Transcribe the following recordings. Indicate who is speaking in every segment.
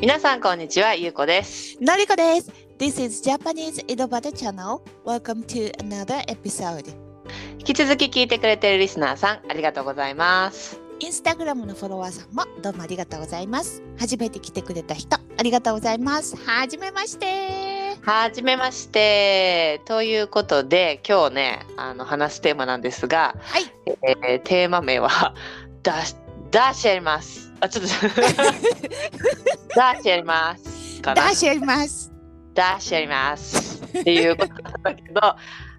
Speaker 1: 皆さんこんにちはゆうこです
Speaker 2: のりこです。This is Japanese Idobata Channel. Welcome to another episode.
Speaker 1: 引き続き聞いてくれてるリスナーさんありがとうございます
Speaker 2: インスタグラムのフォロワーさんもどうもありがとうございます。初めて来てくれた人、ありがとうございます。はじめまして。
Speaker 1: はじめましてということで今日ねあの話すテーマなんですが、
Speaker 2: はい。
Speaker 1: えーテーマ名は 「だしダッシュやります」あち ょっとダッシュやりますか
Speaker 2: ダ
Speaker 1: な
Speaker 2: ッシュやります。
Speaker 1: ダッシュやりますっていうことなんだけど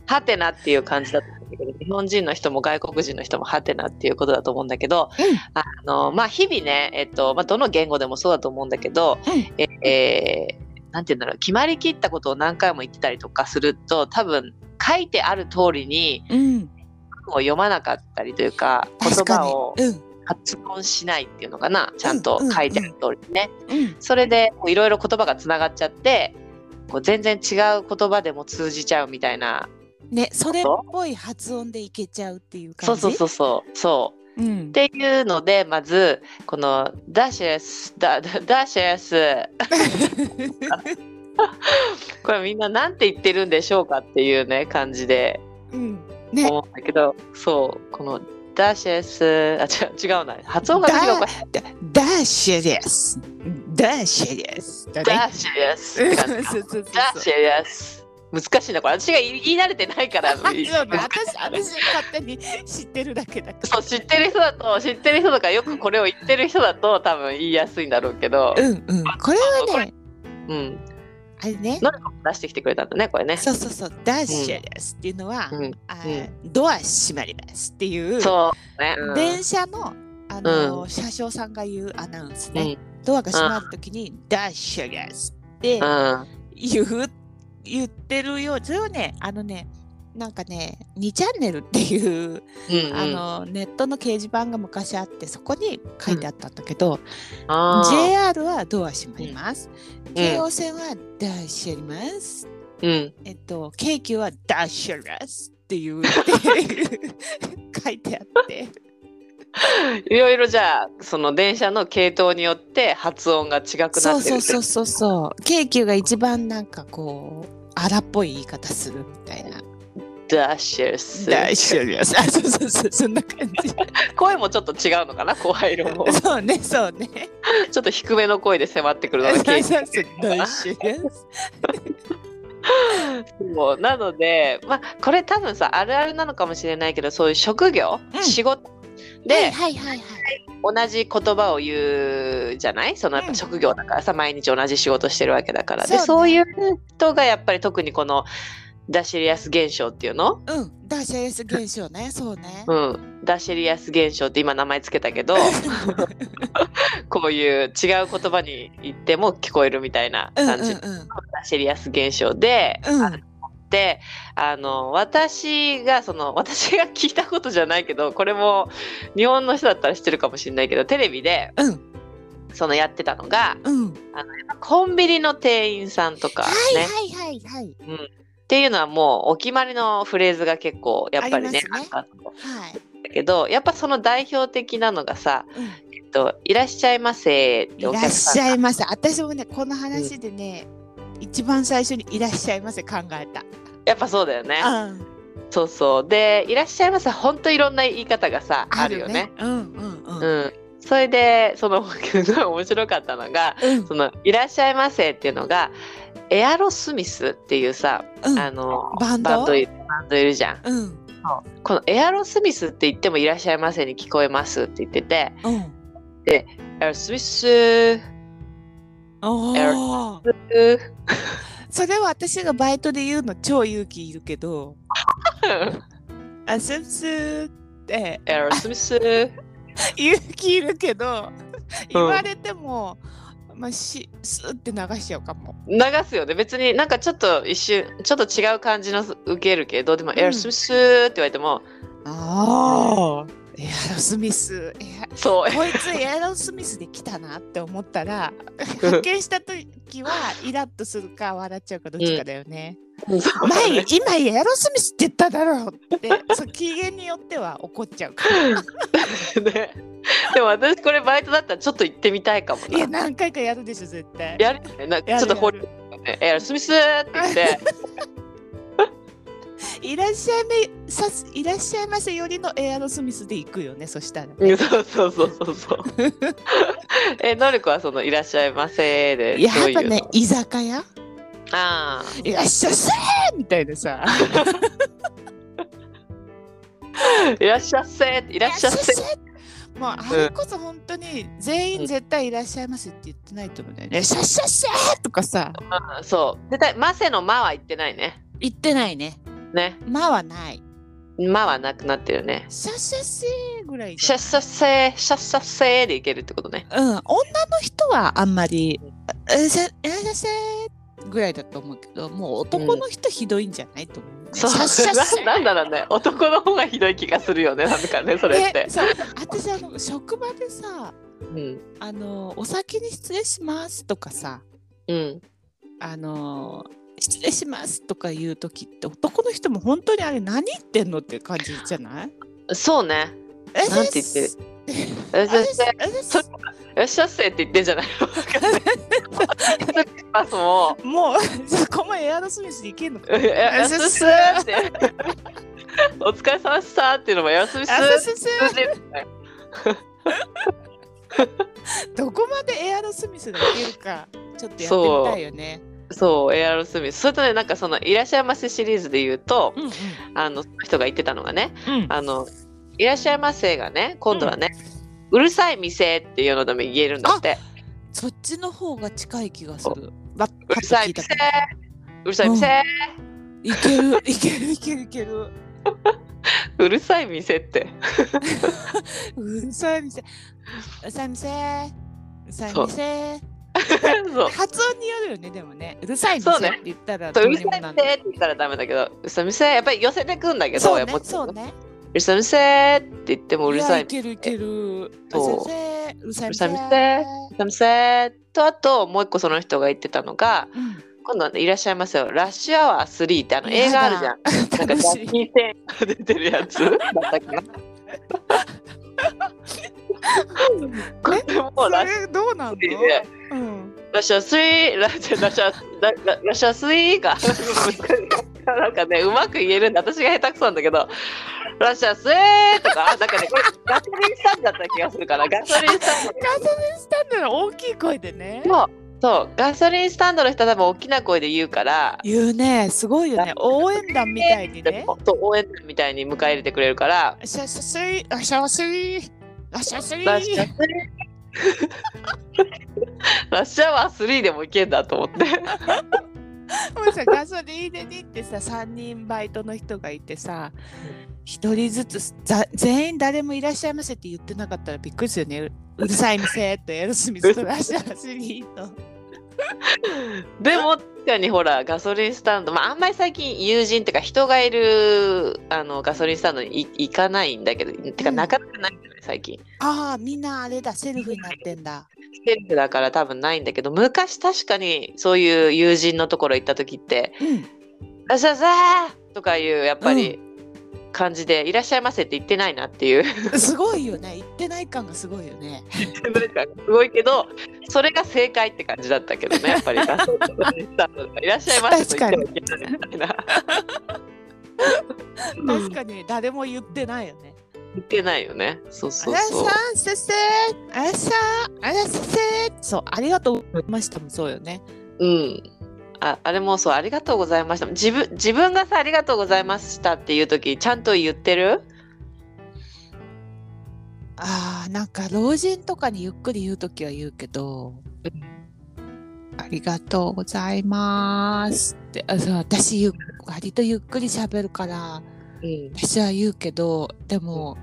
Speaker 1: ハテナっていう感じだったんだけど日本人の人も外国人の人もハテナっていうことだと思うんだけど、
Speaker 2: うん
Speaker 1: あのまあ、日々ね、えっとまあ、どの言語でもそうだと思うんだけど、
Speaker 2: うん
Speaker 1: ええーなんて言うんだろう決まりきったことを何回も言ってたりとかすると多分書いてある通りに
Speaker 2: うん。
Speaker 1: もう読まなかったりというか言
Speaker 2: 確か
Speaker 1: 葉
Speaker 2: に
Speaker 1: を
Speaker 2: うん。
Speaker 1: 発音しないっていうのかなちゃんと書いてある通りにね。
Speaker 2: うん。
Speaker 1: それでこういろいろ言葉がつながっちゃってこう全然違う言葉でも通じちゃうみたいな
Speaker 2: ね、それっぽい発音でいけちゃうっていう
Speaker 1: そ
Speaker 2: 感
Speaker 1: う
Speaker 2: じ。
Speaker 1: そうそううそうそう
Speaker 2: そう。うん
Speaker 1: っ。ていうのでまずこの「ダッシュスダダダッシュス」これみんななんて言ってるんでしょうかっていうね感じで
Speaker 2: うん。ね。
Speaker 1: 思うんだけどそうこの「ダッシュス」あち違うな発音ができるおかしい
Speaker 2: だダッシュです。ダッシュです。
Speaker 1: 「
Speaker 2: だね
Speaker 1: ダッシュス」
Speaker 2: う
Speaker 1: 「
Speaker 2: ん
Speaker 1: ダ
Speaker 2: そうそうそうそう
Speaker 1: ッシュス」難しいなこれ私が言い言い慣れてないから
Speaker 2: そうね、私、私勝手に知ってるだけだけ
Speaker 1: そう知ってる人だと知ってる人とかよくこれを言ってる人だと多分言いやすいんだろうけど、
Speaker 2: ど。うんうん。これはね、
Speaker 1: うん、
Speaker 2: あれね。
Speaker 1: なんか出してきてくれたんだねこれね。
Speaker 2: そうそうそう、ダッシュですっていうのは、
Speaker 1: うん
Speaker 2: あードア閉まりですっていう、
Speaker 1: そうね。うん
Speaker 2: 電車のあのー、車掌さんが言うアナウンスね、ドアが閉まるときに、ダッシュですって
Speaker 1: うん
Speaker 2: 言う、言ってるよう、それをね、あのね、なんかね、2チャンネルっていう
Speaker 1: うん
Speaker 2: あのネットの掲示板が昔あってそこに書いてあったんだけど、
Speaker 1: あー
Speaker 2: JR はドア閉まります、京王線はダッシュやります、
Speaker 1: うん
Speaker 2: えっと京急はダッシュですっていう 書いてあって
Speaker 1: いろいろじゃあその電車の系統によって発音が違くなってる。
Speaker 2: そうそうそうそうそう京急が一番なんかこう荒っぽい言い方するみたいな。
Speaker 1: ダッシュス。
Speaker 2: ダッシュです。あ、そうそうそう、そんな感じ。
Speaker 1: 声もちょっと違うのかな声色 も
Speaker 2: そうね、そうね。
Speaker 1: ちょっと低めの声で迫ってくるの
Speaker 2: そう
Speaker 1: が
Speaker 2: そ
Speaker 1: 経
Speaker 2: う
Speaker 1: 験
Speaker 2: そうダッシュです。
Speaker 1: そうなので、まあ、これ多分さあるあるなのかもしれないけどそういう職業、
Speaker 2: うん
Speaker 1: 仕事で
Speaker 2: はいはいはいはい。
Speaker 1: 同じ言葉を言うじゃないそのやっ
Speaker 2: う
Speaker 1: ぱ
Speaker 2: ん
Speaker 1: 職業だからさ、毎日同じ仕事してるわけだからで
Speaker 2: そ
Speaker 1: そうう
Speaker 2: ね
Speaker 1: いう人がやっぱり特にこのダシリアス現象っていうの、
Speaker 2: うん、ダッシュ S 現象ね、そうね。
Speaker 1: うん、ダシリアス現象って今名前つけた けどこういう違う言葉に言っても聞こえるみたいな
Speaker 2: うんう
Speaker 1: 感じ、
Speaker 2: んうん
Speaker 1: ダシリアス現象で、
Speaker 2: うん
Speaker 1: あのであの私がその私が聞いたことじゃないけどこれも日本の人だったら知ってるかもしれないけどテレビで
Speaker 2: うん
Speaker 1: そのやってたのが
Speaker 2: うん。
Speaker 1: コンビニの店員さんとかね、
Speaker 2: はいはいはいはい。
Speaker 1: っていうのはもうお決まりのフレーズが結構やっぱりね
Speaker 2: あ
Speaker 1: あ
Speaker 2: り
Speaker 1: ったん
Speaker 2: はい。
Speaker 1: だけどやっぱその代表的なのがさ
Speaker 2: うん
Speaker 1: 「えっと、いらっしゃいませ」ってお
Speaker 2: いら
Speaker 1: 客
Speaker 2: っ
Speaker 1: さ
Speaker 2: し
Speaker 1: ん
Speaker 2: ゃいませ。私もね、この話でね、一番最初にいらっしゃいませ考え
Speaker 1: やっぱそうだよね
Speaker 2: た。うん。
Speaker 1: そうそうで「いらっしゃいませ」ほんといろんな言い方がさあるよね。。
Speaker 2: うんうんうん。
Speaker 1: うん、それでその すごい面白かったのが
Speaker 2: うん
Speaker 1: その「いらっしゃいませ」っていうのがエアロスミスっていうさ、
Speaker 2: うん
Speaker 1: あの
Speaker 2: バンド
Speaker 1: いるバンドいるじゃん。
Speaker 2: うん
Speaker 1: この「エアロスミス」って言っても「いらっしゃいませ」に聞こえますって言ってて
Speaker 2: うん。
Speaker 1: 「エアロスミスー
Speaker 2: おお。
Speaker 1: う
Speaker 2: それは私がバイトで言うの超勇気いるけど、
Speaker 1: ー
Speaker 2: あすんすーって
Speaker 1: エアロスミスー
Speaker 2: 勇気いるけど、言われても、まあしスーって流しちゃうかも。
Speaker 1: 流すよね別になんかちょっと一瞬ちょっと違う感じの受けるけどでも「
Speaker 2: ん
Speaker 1: エアロスミスー」って言われても
Speaker 2: ああ、エアロスミス、エア
Speaker 1: そう
Speaker 2: こいつエアロスミスで来たなって思ったら、発見した時はイラッとするか笑っちゃうかどっちかだよね。前、今エアロスミスって言 っただろうって、そう機嫌によっては怒っちゃうか
Speaker 1: ね、でも私これバイトだったらちょっと行ってみたいかも
Speaker 2: いや
Speaker 1: な。
Speaker 2: 何回かやるでしょ絶対
Speaker 1: やるよねなんかちょっと掘り、ね、エアロスミスって言って、
Speaker 2: いらっしゃいめさすいらっしゃいませよりのエアロスミスで行くよねそしたらね、
Speaker 1: うんそうそうそうそうそう。 え、のりこはそのいらっしゃいませで
Speaker 2: いや
Speaker 1: どう
Speaker 2: や
Speaker 1: い
Speaker 2: っぱ
Speaker 1: うの
Speaker 2: ね居酒屋
Speaker 1: ああ、
Speaker 2: いらっしゃいませみたいなさ
Speaker 1: いらっしゃっせ、いらっしゃっせ。
Speaker 2: もうあれこそ本当に全員絶対いらっしゃいませって言ってないと思うんだよね。シャッシャッシャーとかさ
Speaker 1: あそう、絶対マセのマは言ってないね。
Speaker 2: 言ってないね。
Speaker 1: ね、
Speaker 2: まはない。
Speaker 1: マはなくなってるね。
Speaker 2: シャッシャッシャーぐらい
Speaker 1: シ
Speaker 2: じ
Speaker 1: ャ
Speaker 2: ゃ
Speaker 1: ッシャッせ、シャッシャッせでいけるってことね。
Speaker 2: ん。うん、女の人はあんまり「えシャいらっしゃいませ」ぐらいだと思うけどもう男の人ひどいんじゃないと思うね。シ
Speaker 1: そ
Speaker 2: ャ
Speaker 1: う
Speaker 2: ッシャッシャー
Speaker 1: ななんだろうね男の方がひどい気がするよねなんかねそれって
Speaker 2: で、そう私あの職場でさ
Speaker 1: うん
Speaker 2: あの「お先に失礼します」とかさ
Speaker 1: うん
Speaker 2: あのー失礼しますとか言う時って男の人も本当にあれ何言ってんのって感じじゃない
Speaker 1: そうね
Speaker 2: え
Speaker 1: なんて言ってる
Speaker 2: す
Speaker 1: よっしゃっせ
Speaker 2: あれです
Speaker 1: そよっしゃっせって言ってんじゃないのわかんない 失礼しますも
Speaker 2: もうそこもエアロスミスでいけんのか
Speaker 1: うよよっしゃっせーってお疲れ様でしたっていうのもよっしゃっせ
Speaker 2: あ
Speaker 1: ーって
Speaker 2: すす
Speaker 1: 通じる
Speaker 2: どこまでエアロスミスでいけるかちょっとやってみたいよね。
Speaker 1: そうエアロスミスそれとねなんかその「いらっしゃいませ」シリーズで言うと
Speaker 2: うんうん
Speaker 1: あのその人が言ってたのがね
Speaker 2: うん
Speaker 1: あの「いらっしゃいませ」がね今度はね、うるさい店っていうのでも言えるんだって
Speaker 2: そっちの方が近い気がする。
Speaker 1: うるさい
Speaker 2: パ
Speaker 1: 店
Speaker 2: ッと聞た感
Speaker 1: うるさい店、
Speaker 2: じいけるいけるいけるいける。
Speaker 1: うるさい店って
Speaker 2: うるさい店。うるさい店。うるさい
Speaker 1: そう
Speaker 2: 店。
Speaker 1: そう
Speaker 2: 発音によるよねでもねうるさい
Speaker 1: そ
Speaker 2: 店っ
Speaker 1: うね
Speaker 2: て言ったら
Speaker 1: そう
Speaker 2: ど
Speaker 1: うる
Speaker 2: にも
Speaker 1: さい店
Speaker 2: な
Speaker 1: っ
Speaker 2: ん
Speaker 1: て
Speaker 2: ない
Speaker 1: 言ったらダメだけどうるさい店やっぱり寄せてくんだけど
Speaker 2: そう
Speaker 1: やっ
Speaker 2: ね
Speaker 1: ぱり
Speaker 2: そうね
Speaker 1: うるさい店って言ってもうるさい
Speaker 2: やいけるいけるうるさ
Speaker 1: そう
Speaker 2: い店うるさいう
Speaker 1: るさい店うるさい店とあともう一個その人が言ってたのが今度は、ね「いらっしゃいませよラッシュアワー3」ってあの映画あるじゃんなんか
Speaker 2: 楽
Speaker 1: ジ
Speaker 2: し
Speaker 1: ャ
Speaker 2: い
Speaker 1: ッキー・テンが 出てるやつだったっけなこれも
Speaker 2: そう
Speaker 1: ラッシ
Speaker 2: れどうなんの
Speaker 1: ュで
Speaker 2: うん
Speaker 1: ラッシャースイーラッシャーラッシャーラララッシャースイーがなんかねうまく言えるんで私が下手くそなんだけどラッシャースイーとかあなんかねこれガソリンスタンドだった気がするからガソリンスタン
Speaker 2: ガソリンスタンドの大きい声でね
Speaker 1: ドのそうガソリンスタンドの人は多分大きな声で言うから。
Speaker 2: 言うねすごいよね応援団みたいに
Speaker 1: で
Speaker 2: ね
Speaker 1: もそう応援団みたいに迎え入れてくれるから
Speaker 2: シャシャスリーシャスリーシャスリ
Speaker 1: ラッシャー
Speaker 2: ー
Speaker 1: スリー ラッシャーは3でもいけんだと思って
Speaker 2: もうさガソリンでにってさ3人バイトの人がいてさ1人ずつざ全員誰もいらっしゃいませって言ってなかったらびっくりするよねううるさい店とエロスミスとラッシャースリーと
Speaker 1: でも確かにほらガソリンスタンド、まあ、あんまり最近友人ってか人がいるあのガソリンスタンドにい行かないんだけどてか
Speaker 2: うん
Speaker 1: なかなかないんだよね最近
Speaker 2: ああみんなあれだセルフになってんだ
Speaker 1: セルフだから多分ないんだけど昔確かにそういう友人のところ行った時って
Speaker 2: うん
Speaker 1: 「ラシャザー!」とかいうやっぱり感じで「いらっしゃいませ」って言ってないなっていう
Speaker 2: すごいよね言ってない感がすごいよね
Speaker 1: なんかすごいけどそれが正解って感じだったけどねやっぱりガソリンスタンドでいらっしゃいませ」と言ってはいけないみたいな。
Speaker 2: 確かに誰も言ってないよね
Speaker 1: 言ってないよね。そう
Speaker 2: あ
Speaker 1: そう
Speaker 2: ら
Speaker 1: そう。
Speaker 2: さん先生あらさんあら先生そうありがとうございましたもそうよね
Speaker 1: うん。ああれもそう、ありがとうございました。自分自分がさ、ありがとうございましたっていう時、ちゃんと言ってる
Speaker 2: あーなんか老人とかにゆっくり言うときは言うけど、ありがとうございますってあそう私ゆっ割とゆっくり喋るから
Speaker 1: うん。
Speaker 2: 私は言うけどでも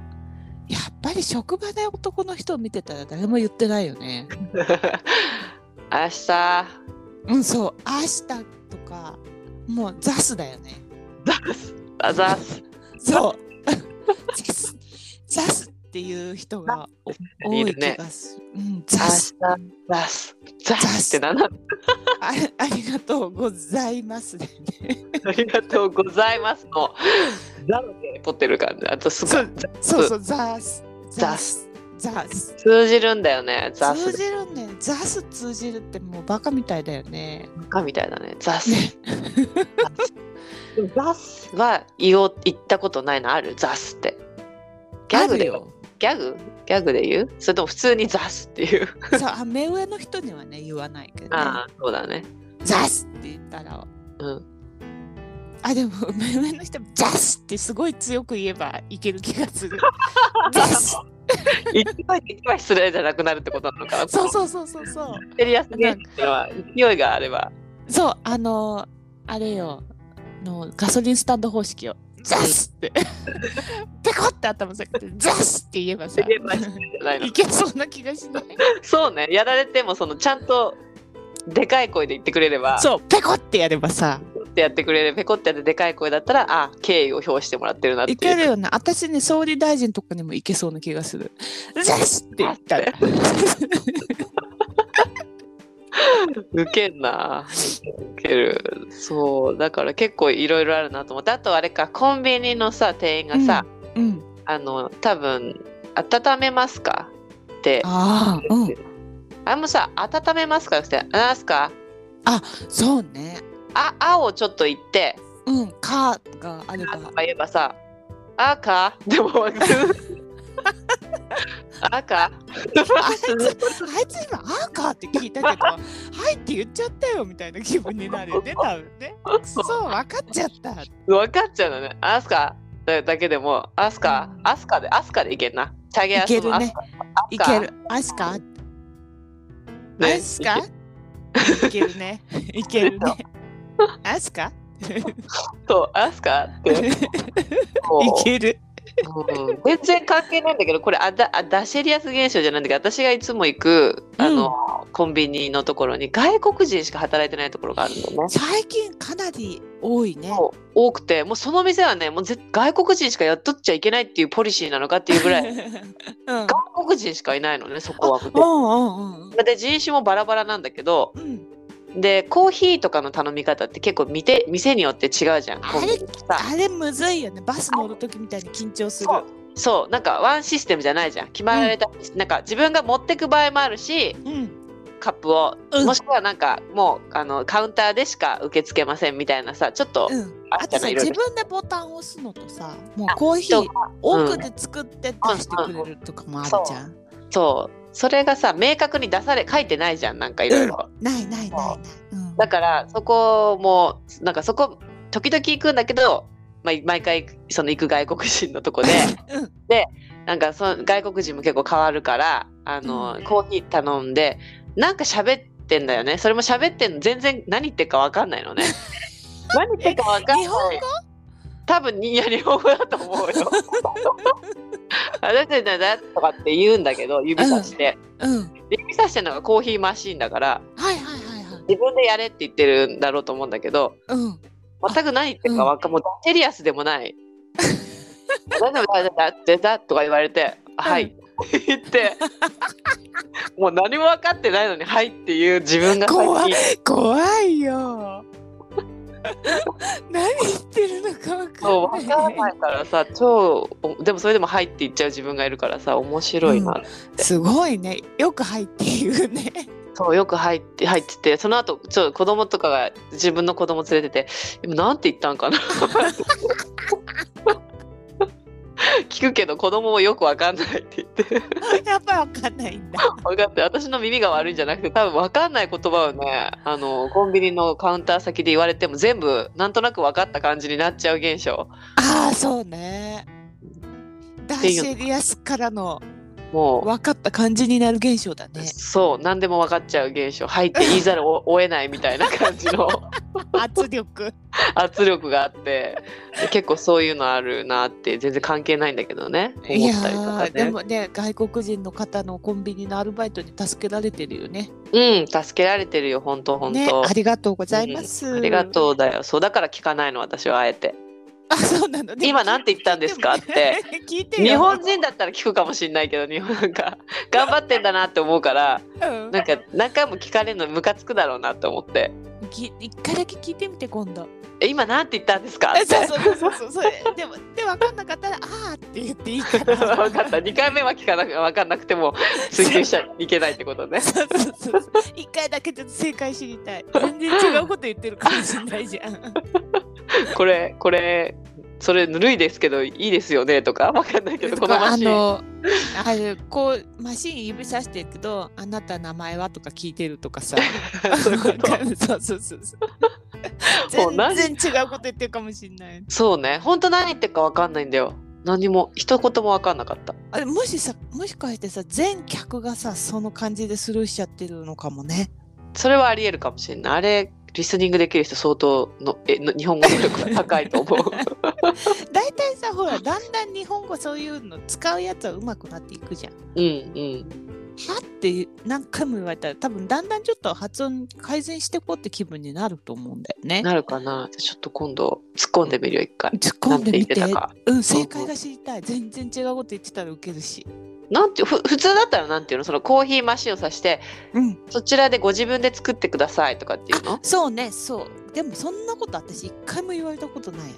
Speaker 2: やっぱり職場で男の人を見てたら誰も言ってないよね。
Speaker 1: 明日、
Speaker 2: うんそう「明日」とかもう「ザス」だよね。
Speaker 1: あざっす。
Speaker 2: そう 「ザス」ザスっていう人が多
Speaker 1: い
Speaker 2: い
Speaker 1: る
Speaker 2: 気
Speaker 1: ね
Speaker 2: がする。うん、
Speaker 1: 明
Speaker 2: ザス
Speaker 1: 日、ざっす。ざっすって何なの
Speaker 2: あ ありがとうございますだよね。
Speaker 1: ありがとうございますの。ざので取ってる感じ。あとすごい。
Speaker 2: そうそうそう、ザース。
Speaker 1: ザー
Speaker 2: ス。ザス
Speaker 1: 通じるんだよね。ザ
Speaker 2: 通
Speaker 1: ス
Speaker 2: じるんだよねザス通じるってもうバカみたいだよね
Speaker 1: かみたいなね。ザス。
Speaker 2: ね
Speaker 1: でもザスは言おう言ったことないのあるザスって。ギャグで
Speaker 2: ある
Speaker 1: よ。ギャグギャグで言うそれとも普通にザスっていう。
Speaker 2: さ あ目上の人にはね言わないけど、ね、
Speaker 1: ああ、そうだね。
Speaker 2: ザスって言ったら
Speaker 1: うん。
Speaker 2: あでも 目上の人もザスってすごい強く言えばいける気 がするザス
Speaker 1: 一番一番失礼じゃなくなるってことなのかな。
Speaker 2: そうそうそうそうそう
Speaker 1: テリアスゲーっていうのは勢いがあれば。
Speaker 2: そうあのあれよあのガソリンスタンド方式をザスってペコって頭下げてザスって言えばさ
Speaker 1: 言えばいいんじゃないの
Speaker 2: いけそうな気がしない
Speaker 1: そうね。やられてもそのちゃんとでかい声で言ってくれれば、
Speaker 2: そうペコってやればさ
Speaker 1: ペコってやってくれるペコってやってでかい声だったら、あ、敬意を表してもらってるなってい。
Speaker 2: いうけるよね私ね総理大臣とかにもいけそうな気がするザスって言ったら
Speaker 1: ウケんなウケるそうだから結構いろいろあるなと思ってあとあれかコンビニのさ店員がさ、
Speaker 2: うん
Speaker 1: あの多分「温めますか?」って
Speaker 2: ああうん
Speaker 1: あれもさ「温めますか?」って「なんすか
Speaker 2: そうね
Speaker 1: あ」あをちょっと言って
Speaker 2: うんカーがあれ
Speaker 1: 「あ」
Speaker 2: ば
Speaker 1: とか言えばさ「あ」かでも 「あ」か
Speaker 2: あいつあいつ今「あーか」って聞い たけど「はい」って言っちゃったよみたいな気分になるよね多分ねそう分かっちゃった
Speaker 1: 分かっちゃうのね「あすか」だだけでも「あすか」「あすか」で「あすか」でいけんなチャゲアスも
Speaker 2: いけるね
Speaker 1: アスカ
Speaker 2: いけるアスカ
Speaker 1: ね
Speaker 2: アスカいけるねいけるねアスカ
Speaker 1: そう、アスカって。
Speaker 2: い
Speaker 1: も
Speaker 2: ける
Speaker 1: ううん全然関係ないんだけど、これあだあダシェリアス現象じゃないんだけど、私がいつも行くあの、コンビニのところに外国人しか働いてないところがあるんだよね。
Speaker 2: 最近かなり多いね
Speaker 1: もう多くて、もうその店はね、もうぜ外国人しか雇っちゃいけないっていうポリシーなのかっていうぐらい、
Speaker 2: うん
Speaker 1: 外国人しかいないのね、そこは。
Speaker 2: うんうんうん
Speaker 1: で、人種もバラバラなんだけど、
Speaker 2: うん
Speaker 1: で、コーヒーとかの頼み方って結構見て店によって違うじゃん。コンビニってさ
Speaker 2: あれむずいよねバス乗る時みたいに緊張する
Speaker 1: そうそうなんかワンシステムじゃないじゃん決まられた、なんか自分が持ってく場合もあるし
Speaker 2: うん
Speaker 1: カップを、
Speaker 2: うん
Speaker 1: もしくはなんかもうあのカウンターでしか受け付けませんみたいなさちょっと
Speaker 2: うん
Speaker 1: あ
Speaker 2: あ
Speaker 1: った
Speaker 2: と
Speaker 1: の、
Speaker 2: さ
Speaker 1: いろい
Speaker 2: 自
Speaker 1: ろ
Speaker 2: 分でボタンを押すのとさもうコーヒー
Speaker 1: うん
Speaker 2: 奥で作って出してくれるとかもあるじゃん。
Speaker 1: そうそれがさ明確に出され書いてないじゃんなんかいろいろ
Speaker 2: ないないないない。うん
Speaker 1: だからそこもなんかそこ時々行くんだけど、まあ、毎回その行く外国人のとこで
Speaker 2: うん
Speaker 1: なんかその外国人も結構変わるからあの、
Speaker 2: うん
Speaker 1: コーヒー頼んでなんか喋ってんだよねそれも喋ってんの全然何言ってるか分かんないの ね何言ってるか分かんない
Speaker 2: 日本語
Speaker 1: 多分にいや日本語だと思う よあだってだだとかって言うんだけど指さして、
Speaker 2: うん
Speaker 1: 指さしてるのがコーヒーマシーンだから
Speaker 2: はいはいはいはい。
Speaker 1: 自分でやれって言ってるんだろうと思うんだけど
Speaker 2: うん
Speaker 1: 全く何言ってるか分かんもうテリアスでもない大丈夫大丈夫だってだとか言われて「はい」って言ってもう何も分かってないのに「はい」っていう自分が
Speaker 2: 怖
Speaker 1: い
Speaker 2: 怖い よ。何言ってるのかわ
Speaker 1: そう
Speaker 2: か
Speaker 1: 分
Speaker 2: ん
Speaker 1: から
Speaker 2: な。
Speaker 1: ないいからさ超おでもそれでも「はい」って言っちゃう自分がいるからさ面白いな、
Speaker 2: すごいね。よく入っていうね。
Speaker 1: そうよく入って入っててその後ちょ子供とかが自分の子供連れてて今なんて言ったん かな聞くけど子供もよくわかんないって言って
Speaker 2: やっぱりわかんないんだ。
Speaker 1: 分かって私の耳が悪いんじゃなくて多分わかんない言葉をねあのコンビニのカウンター先で言われても全部なんとなく分かった感じになっちゃう現象
Speaker 2: ああそうね。ダ
Speaker 1: っ
Speaker 2: ッ
Speaker 1: ていう
Speaker 2: シェリアスからの
Speaker 1: もう
Speaker 2: 分かった感じになる現象だね。
Speaker 1: そう何でも分かっちゃう現象入って言いざるを 得ないみたいな感じの
Speaker 2: 圧力。
Speaker 1: 圧力があってで結構そういうのあるなって全然関係ないんだけどね
Speaker 2: い
Speaker 1: 思
Speaker 2: や
Speaker 1: ったりとか
Speaker 2: ー
Speaker 1: ね
Speaker 2: でもね外国人の方のコンビニのアルバイトに助けられてるよね。
Speaker 1: うん助けられてるよ本当本当、
Speaker 2: ねありがとうございます。
Speaker 1: ありが
Speaker 2: う。
Speaker 1: とうだよそうだから聞かないの私はあえて
Speaker 2: あそうなの。でも
Speaker 1: 今なんて言ったんですかって。
Speaker 2: 聞いてよ
Speaker 1: 日本人だったら聞くかもしれないけど日本なん か頑張ってんだなって思うから
Speaker 2: うん
Speaker 1: なんか何回も聞かれるのムカつくだろうなって思って
Speaker 2: き一回だけ聞いてみて今度。
Speaker 1: え今なんて言ったんですか
Speaker 2: え
Speaker 1: って
Speaker 2: そうそうそうそうそれでもで分かんなかったら「あー」って言っていいから
Speaker 1: 分かった2回目は聞かなく分かんなくても追求しちゃいけないってことね
Speaker 2: そうそうそうそう一回だけで正解知りたい全然違うこと言ってるかもしれないじゃん
Speaker 1: これこれそれぬるいですけどいいですよねとか分かんないけどこのマシ
Speaker 2: あ
Speaker 1: ン
Speaker 2: のあれこうマシン指さしてるけど「あなた名前は?」とか聞いてるとかさ
Speaker 1: そういうこと
Speaker 2: わかんない そうそうそうそう
Speaker 1: もう何
Speaker 2: 全然違うこと言ってるかもしれない
Speaker 1: そうねほんと何言ってるか分かんないんだよ何も一言も分かんなかった
Speaker 2: あれもしさもしかしてさ全客がさその感じでスルーしちゃってるのかもね
Speaker 1: それはありえるかもしれないあれリスニングできる人相当のえの日本語能力 が高いと思う
Speaker 2: 大体さほらだんだん日本語そういうの使うやつは上手くなっていくじゃん
Speaker 1: うんうん
Speaker 2: はって何回も言われたら多分だんだんちょっと発音改善してこうって気分になると思うんだよね。
Speaker 1: なるかなちょっと今度突っ込んでみるよ一回
Speaker 2: 突っ込んでみて
Speaker 1: なんて言ってたか
Speaker 2: うん、正解が知りたい全然違うこと言ってたらウケるし。
Speaker 1: なんてふ普通だったらなんていうのそのコーヒーマシンをさして
Speaker 2: うん、
Speaker 1: そちらでご自分で作ってくださいとかっていうの
Speaker 2: そうねそうでもそんなこと私一回も言われたことないよね。